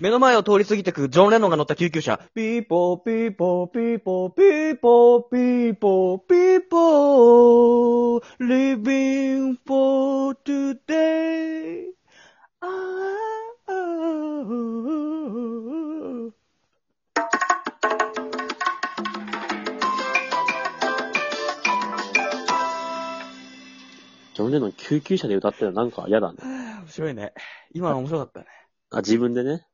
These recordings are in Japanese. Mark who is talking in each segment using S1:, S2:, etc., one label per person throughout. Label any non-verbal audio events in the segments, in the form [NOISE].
S1: 目の前を通り過ぎてくジョン・レノンが乗った救急車。ピーポーピーポーピーポーピーポーピーポーピーポー living for today. あー
S2: ジョン・レノン救急車で歌ってるのなんか嫌だね。
S1: 面白いね。今の面白かったね。
S2: あ、自分でね。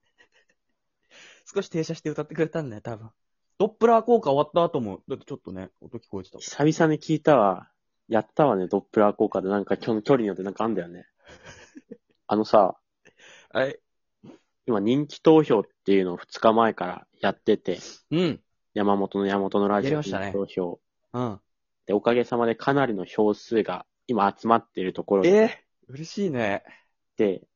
S1: 少し停車して歌ってくれたんだよ、多分。ドップラー効果終わった後も、だってちょっとね、音聞こえてたもん。
S2: 久々に聞いたわ。やったわね、ドップラー効果でなんか今日の距離によってなんかあん
S1: [LAUGHS]
S2: だよね。あのさ、
S1: はい。
S2: 今人気投票っていうのを2日前からやってて、
S1: うん。
S2: 山本の山本のラジ
S1: やり
S2: オ
S1: ましたね
S2: 人気投票。
S1: うん。
S2: で、おかげさまでかなりの票数が今集まっているところ
S1: え
S2: で、
S1: 嬉しいね。
S2: で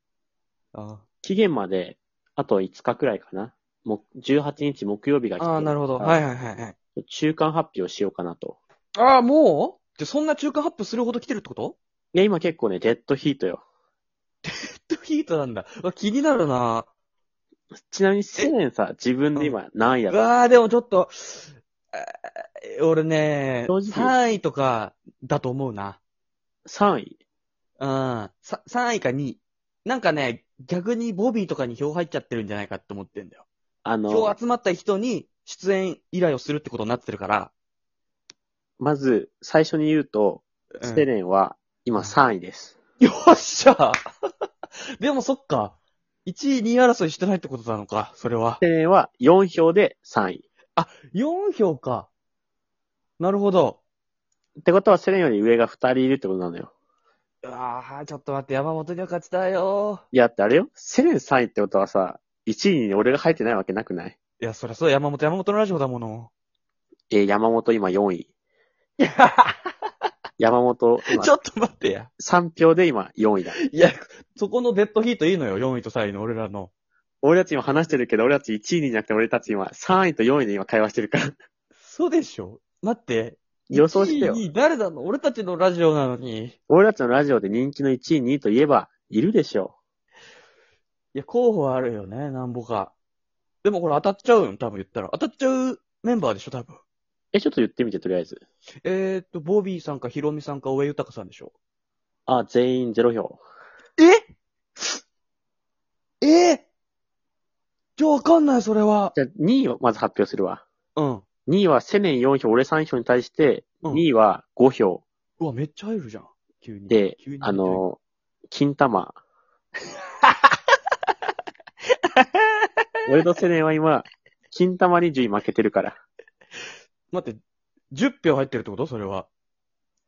S1: あ
S2: 期限まであと5日くらいかな。もう18日木曜日が
S1: あー、なるほど。
S2: あ
S1: はいはいはいはい。
S2: 中間発表しようかなと。
S1: ああ、もうじゃ、そんな中間発表するほど来てるってこと
S2: で、今結構ね、デッドヒートよ。
S1: デッドヒートなんだ。うわ、気になるな
S2: ちなみに、セレンさ、自分で今何位だ
S1: う
S2: ろう
S1: わー、でもちょっと、あー俺ね、
S2: 正直
S1: 3位とかだと思うな。
S2: ?3 位
S1: うん。さ3位か2位。なんかね、逆にボビーとかに票入っちゃってるんじゃないかって思ってんだよ。
S2: あ
S1: 票
S2: の、
S1: 集まった人に出演依頼をするってことになってるから。
S2: まず、最初に言うと、
S1: うん
S2: セレンは今3位です。
S1: よっしゃ [LAUGHS] でもそっか。1位、2位争いしてないってことなのか、それは。
S2: セレンは4票で3位。
S1: 4票か。なるほど。
S2: ってことは、セレンより上が2人いるってことなのよ。
S1: うわー、ちょっと待って、山本には勝ちたいよ
S2: いや、だってあれよ。セレン3位ってことはさ、1位に俺が入ってないわけなくない
S1: いや、そりゃそう、山本、山本のラジオだもの。
S2: えー山本今4位。
S1: [LAUGHS] いや、
S2: 山本今
S1: ちょっと待ってや。
S2: 3票で今4位だ。
S1: いや、そこのデッドヒートいいのよ、4位と3位の俺らの。
S2: 俺たち今話してるけど、俺たち1位にじゃなくて俺たち今3位と4位で今会話してるから。
S1: そうでしょ待って。
S2: 予想してよ
S1: 1。位誰なの俺たちのラジオなのに。い
S2: 俺たちのラジオで人気の1位、2位といえば、いるでしょ
S1: や、候補はあるよね、なんぼか。でもこれ当たっちゃうよ、多分言ったら。当たっちゃうメンバーでしょ、多分。
S2: う。え、ちょっと言ってみて、とりあえず。
S1: えーっと、ボビーさんか、ヒロミさんか、上豊さんでしょ。
S2: あ、全員0票。
S1: ええじゃあわかんない、それは。
S2: じゃあ、2位をまず発表するわ。
S1: うん。
S2: 2位はセネン4票、俺3票に対して、
S1: うん
S2: 2位は5票。
S1: うわ、めっちゃ入るじゃん。急に。
S2: で
S1: 急に、
S2: あ、のー、
S1: [LAUGHS]
S2: 金玉。俺とセネンは今、金玉に10位負けてるから。
S1: 待って、10票入ってるってことそれは。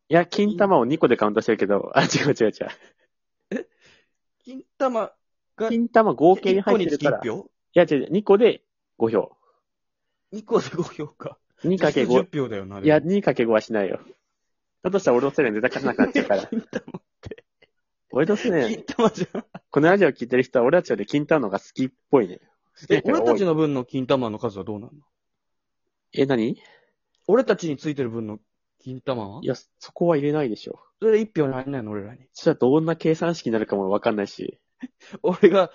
S2: いや、金玉を2個でカウントしてるけど、あ、違う違う違う。
S1: 金玉、
S2: 金玉合計に入ってるから。
S1: 1個につき1票
S2: いや、違う違う、2個で5票。
S1: ?2 個で5票か。
S2: 2かけ5。
S1: 10票だよな。
S2: いや、2かけ5はしないよ。だとしたら俺とセレン絶対勝てなくなっちゃうから。
S1: 金玉、
S2: 俺とセレン
S1: 金、玉じゃん。
S2: このラジオ聞いてる人は俺たちより金玉の方が好きっぽいね。
S1: え、俺たちの分の金玉の数はどうなの
S2: え、何い
S1: 俺たちについてる分の金玉は
S2: や、そこは入れないでしょ。
S1: それ1票に入んないの、俺らに。
S2: そしたらどんな計算式になるかもわかんないし。
S1: 俺が、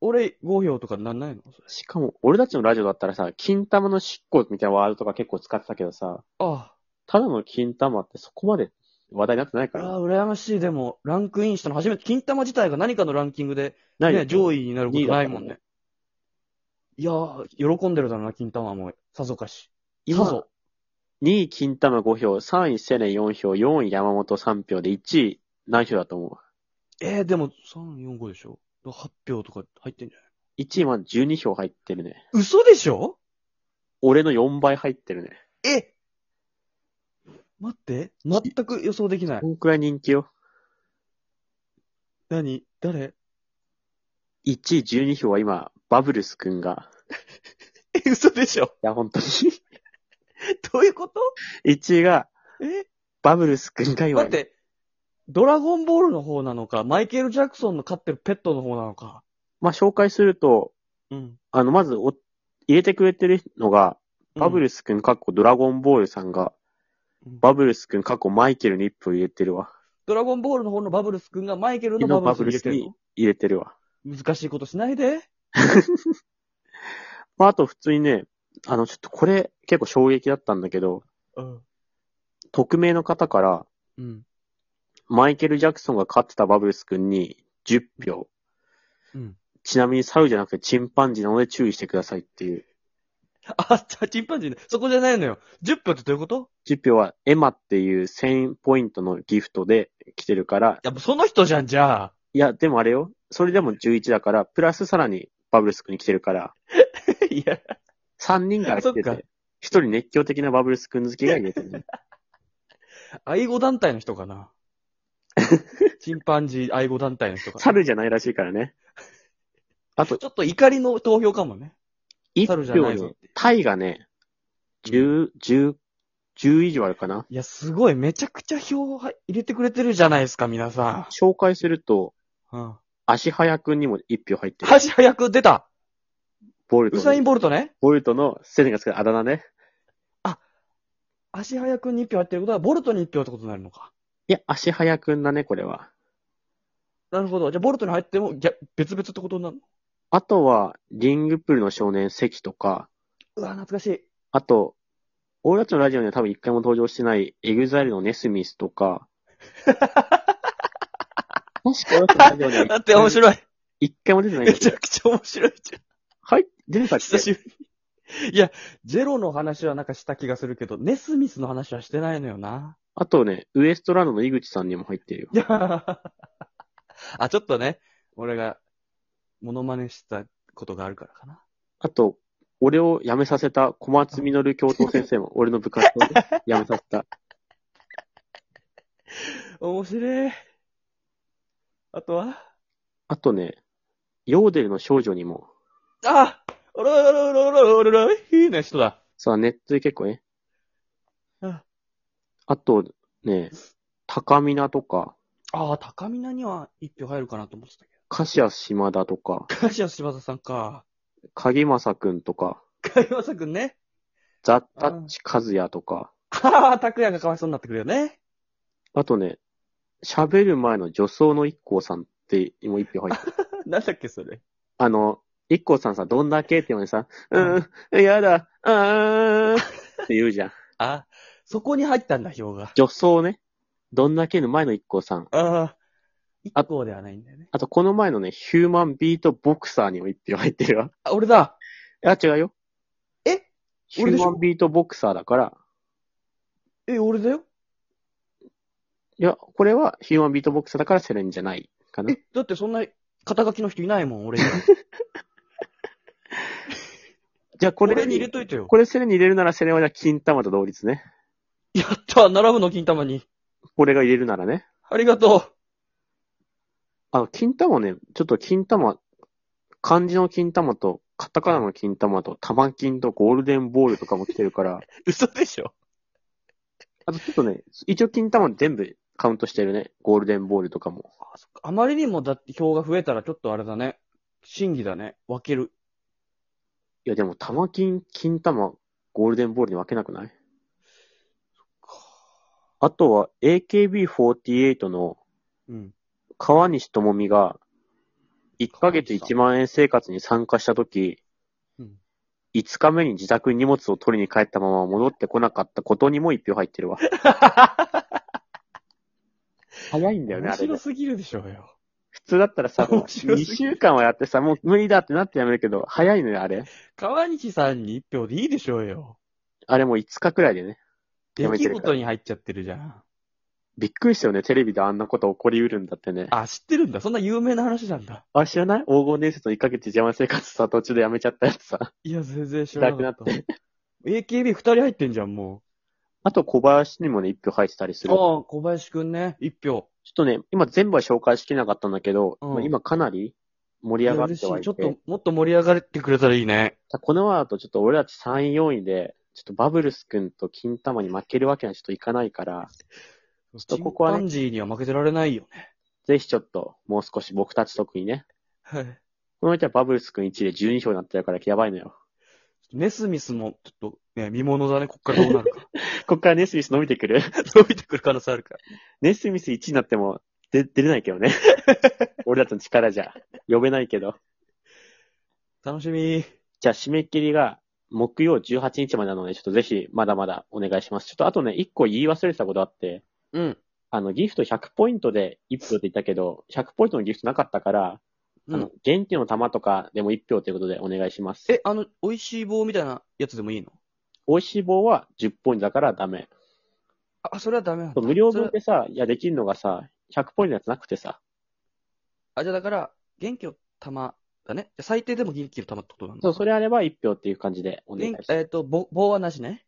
S1: 俺5票とかなんないのそれ
S2: しかも、俺たちのラジオだったらさ、金玉の執行みたいなワードとか結構使ってたけどさ、
S1: あ
S2: ただの金玉ってそこまで話題になってない
S1: あ。
S2: か
S1: あ
S2: ら。
S1: あ、羨ましい。でも、ランクインしたの初めて、金玉自体が何かのランキングで、
S2: ない
S1: ね、上
S2: 位。
S1: 位になることないもんね。いやー、喜んでるだろうな、金玉も。さぞかし。さ
S2: 今
S1: ぞ。、
S2: 2位金玉5票、3位セレン4票、4位山本3票で1位何票だと思
S1: えー、でも、3、4、5でしょ ?8 票とか入ってんじゃないう
S2: ?1 位は12票入ってるね。
S1: 嘘でしょ
S2: 俺の4倍入ってるね。
S1: え待って、全く予想できない
S2: こ。んくらい人気よ。
S1: 何誰
S2: 1位12票は今、バブルスくんが。
S1: え、嘘でしょ
S2: いや、本当に。 [LAUGHS]
S1: どういうこと
S2: 1位が、
S1: え
S2: バブルスくんが今。
S1: 待って、ドラゴンボールの方なのか、マイケル・ジャクソンの飼ってるペットの方なのか。
S2: まあ、紹介すると、
S1: うん。
S2: あの、まずお、入れてくれてるのが、バブ
S1: ル、
S2: ルスくん、かっこドラゴンボールさんが、
S1: うん
S2: バブルスくん、かっこマイケルに1票入れてるわ。
S1: ドラゴンボールの方のバブルス君がマイケルの
S2: の
S1: バ
S2: バ
S1: ブ
S2: ブ
S1: ル
S2: ル
S1: ス
S2: ス
S1: 君
S2: に入れてるわ。
S1: 難しいことしないで。
S2: まあ、あと普通にね、あの、ちょっとこれ結構衝撃だったんだけど、
S1: うん。
S2: 匿名の方から、
S1: うん。
S2: マイケル・ジャクソンが勝ってたバブルス君に10票。
S1: うん
S2: ちなみに猿じゃなくてチンパンジーなので注意してくださいっていう。
S1: あ、じゃあチンパンジーね。そこじゃないのよ。10票ってどういうこと
S2: 10票はエマっていう1000ポイントのギフトで来てるから、
S1: いや、もうその人じゃん、じゃあ。
S2: いや、でもあれよ。それでも11だから、プラスさらにバブルス君に来てるから、
S1: [LAUGHS] いや、
S2: 3人から来て
S1: そっか
S2: て、1人熱狂的なバブルス君好きがいるて
S1: [LAUGHS]
S2: ね。
S1: 愛護団体の人か [LAUGHS] な。チンパンジー愛護団体の人かな。
S2: 猿じゃないらしいからね。あと
S1: ちょっと怒りの投票かもね。猿
S2: 1
S1: じゃな
S2: 票
S1: いぞっ
S2: に
S1: て、
S2: タイがね、10、10、10以上あるかな。
S1: いや、すごい。めちゃくちゃ票入れてくれてるじゃないですか、皆さ
S2: 紹介すると、
S1: ん。うん。
S2: 足早くんにも1票入ってる。
S1: [LAUGHS] 足早く出た
S2: ボルト
S1: ウ
S2: の。
S1: サイン・ボルトね。
S2: ボルトのセネがつけたあだ名ね。
S1: 足早くに1票入ってることは、ボルトに1票ってことになるのか。
S2: いや、足早くんだね、これは。
S1: なるほど。じゃあ、ボルトに入っても、ぎゃ別々ってことになるの
S2: あとは、リングプールの少年関とか、
S1: うわ、懐かしい。
S2: あと、俺たちのラジオには多分一回も登場してない、エグザイルのネスミスと
S1: [LAUGHS]
S2: か、もしか俺たちのラジオには
S1: だって面白い。
S2: 一回も出てないん
S1: め
S2: だ
S1: ち
S2: け
S1: ゃ
S2: ど、
S1: くちゃ面白いじゃん。
S2: はい、出てたっ
S1: 久
S2: け
S1: しぶりに。いや、ジェロの話はなんかした気がするけど、ネスミスの話はしてないのよな。
S2: あとね、ウエストランドの井口さんにも入ってるよ。
S1: いやあ、ちょっとね、俺が、モノマネしたことがあるからかな。
S2: あと、俺を辞めさせた小松実教頭先生も、俺の部活をね、辞めさせた。
S1: 面白い。あとは
S2: あとね、ヨーデルの少女にも、
S1: あおろおろおろおろおろおろいいね、人だ。
S2: さあ、ネットで結構ね。
S1: うん
S2: あと、ね、高見菜とか、
S1: ああ、高見菜には一票入るかなと思ってたけ
S2: カシア島田とか、
S1: ど。梶谷柴田さんか。
S2: 鍵正くんとか、
S1: 梶山さくんね。
S2: ザ・タッチ・カズヤとか、
S1: ああ、拓也がかわいそうになってくるよね。
S2: あとね、喋る前の女装の一光さんって、もう一票入ってる。
S1: [LAUGHS] なんだっけ、それ。
S2: あの、一光さんさ、どんだけって言うのにさ、うーん、やだ、あーんって言うじゃん。
S1: あ、そこに入ったんだ、票が。
S2: 女装ね。どんだけの前の一光さん。
S1: ああ、一校ではないんだよね。
S2: あと、この前のね、ヒューマンビートボクサーにも一票入ってるわ。
S1: あ、俺だ。
S2: [LAUGHS] あ、違うよ。
S1: え
S2: ヒ
S1: 俺
S2: ュ
S1: でしょ
S2: ーマンビートボクサーだから、
S1: え、俺だよ。
S2: いや、これはヒューマンビートボクサーだからセレンじゃないかな。
S1: え、だってそんな肩書きの人いないもん、 [LAUGHS] 俺には。
S2: じゃあこ
S1: こ
S2: れ、
S1: れに入れといてよ。
S2: これセレンに入れるならセレンはじゃあ金玉と同率ね。
S1: やった、並ぶの、金玉に。
S2: これが入れるならね。
S1: ありがと
S2: あの、金玉ね、ちょっと金玉、漢字の金玉と、カタカナの金玉と、玉金とゴールデンボールとかも来てる [LAUGHS] から、
S1: う。嘘でしょ。
S2: あとちょっとね、一応金玉全部カウントしてるね。ゴールデンボールとかも。
S1: あ、そっか。あまりにもだって票が増えたらちょっとあれだね。審議だね。分ける。
S2: いやでも、玉金、金玉、ゴールデンボールに分けなくないあとは、AKB48 の
S1: うん。
S2: 川西智美が、1ヶ月1万円生活に参加したとき
S1: うん、
S2: 5日目に自宅に荷物を取りに帰ったまま戻ってこなかったことにも1票入ってるわ。 [LAUGHS] 早いんだよね、
S1: 面
S2: あれ
S1: 白
S2: ね。
S1: すぎるでしょうよ。
S2: 普通だったらさ、
S1: 面白すぎる
S2: 2週間はやってさ、もう無理だってなってやめるけど、早いのよ、あれ。
S1: 川西さんに一票でいいでしょうよ。
S2: あれもう5日くらいでね。
S1: 出
S2: やめ
S1: 来
S2: てるから
S1: 事に入っちゃってるじゃん。
S2: びっくりしたよね、テレビであんなこと起こりうるんだってね。
S1: あ、知ってるんだ。そんな有名な話なんだ。
S2: あれ知らない黄金伝説の1ヶ月邪魔生活さ、途中でやめちゃったやつさ。
S1: いや、全然知らなかった。AKB 二人入ってんじゃん、も
S2: あと小林にもね、1票入ってたりす
S1: う。
S2: る。ちょ
S1: ああ、小林くんね。一票。
S2: っとね、今全部は紹介しきれなかったんだけど、
S1: うん
S2: まあ今かなり盛り上がってはい、
S1: ちょってと、もっと盛り上がってくれたらいいね。
S2: この後ちょっと俺たち3位、4位で、ちょっとバブルス君と金玉に負けるわけにはちょっといかないから、
S1: ち
S2: ょっとここはね
S1: チンパンジーには負けてられないよね。
S2: ぜひちょっと、もう少し僕たち特にね、
S1: はい。
S2: この人はバブルス君1位で12票になってるからやばい
S1: [LAUGHS]
S2: のよ。
S1: ネスミスも、ちょっと、ね、見物だね。こっからどうなるか。
S2: こっからネスミス伸びてくる
S1: [LAUGHS] 伸びてくる可能性あるから。
S2: ネスミス1位になっても、
S1: [LAUGHS]
S2: で、出れないけどね。俺たちの力じゃ、呼べないけど。
S1: 楽しみ。
S2: じゃあ締め切りが木曜18日までなので、ちょっとぜひまだまだお願いします。ちょっとあとね、一個言い忘れてたことあって、
S1: うん。
S2: あの、ギフト100ポイントで1票って言ったけど、100ポイントのギフトなかったから、
S1: う
S2: あ
S1: ん
S2: の、。元気の玉とかでも1票ということでお願いします。
S1: え、あの、美味しい棒みたいなやつでもいいの
S2: 美味しい棒は10ポイントだからダメ。
S1: あ、それはダメなの
S2: 無料分
S1: そ
S2: でさ、いや、できるのがさ、100ポイントのやつなくてさ。
S1: あ、じゃあだから、元気の玉だね。じゃあ最低でも元気の玉ってことなんだ。
S2: そう、それあれば1票っていう感じでお願いし
S1: 元
S2: ます。
S1: えっ、と、棒、棒はなしね。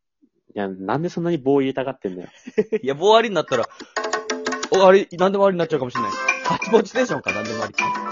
S2: いや、なんでそんなに棒入れたがってんだよ。
S1: [LAUGHS] いや、棒ありになったら、お、あれ、なんでもありになっちゃうかもしれない。八チポチテンションか、なんでもありって。